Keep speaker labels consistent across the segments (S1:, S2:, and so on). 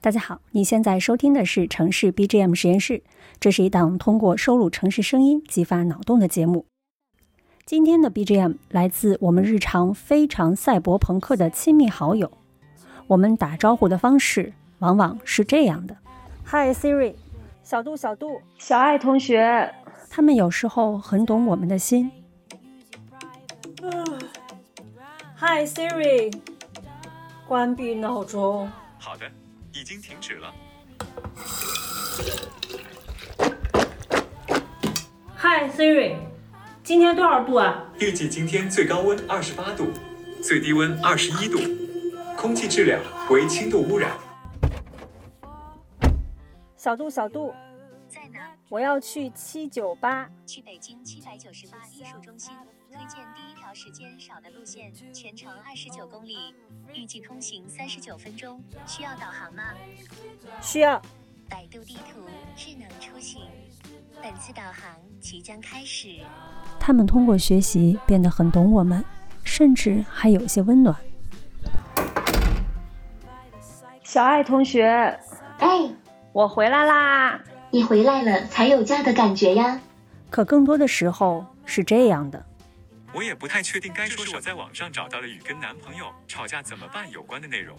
S1: 大家好，你现在收听的是城市 BGM 实验室，这是一档通过收录城市声音激发脑洞的节目。今天的 BGM 来自我们日常非常赛博朋克的亲密好友，我们打招呼的方式往往是这样的：嗨 Siri，小度小度。
S2: 小爱同学，
S1: 他们有时候很懂我们的心，
S2: 嗨 Siri，关闭闹钟。
S3: 好的，已经停止了。
S2: 嗨 Siri，今天多少度啊？
S3: 预计今天最高温二十八度，最低温二十一度，空气质量为轻度污染。
S1: 小度小度，
S4: 在哪？
S1: 我要去七九八。
S4: 去北京七百九十八艺术中心，推荐第一条时间少的路线，全程二十九公里，预计通行三十九分钟。需要导航吗？
S1: 需要
S4: 百度地图智能出行。本次导航即将开始。
S1: 他们通过学习变得很懂我们，甚至还有些温暖。
S2: 小爱同学，
S4: 哎，
S2: 我回来啦！
S4: 你回来了，才有家的感觉呀！
S1: 可更多的时候是这样的：
S3: 我也不太确定该说什么。这是我在网上找到了与跟男朋友吵架怎么办有关的内容。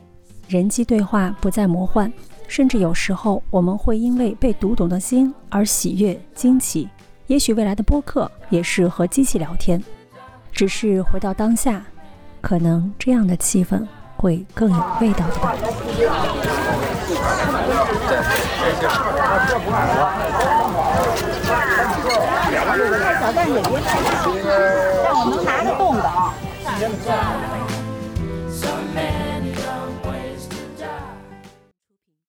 S1: 人机对话不再魔幻，甚至有时候我们会因为被读懂的心而喜悦惊奇。也许未来的播客也是和机器聊天，只是回到当下，可能这样的气氛会更有味道的吧。
S5: 我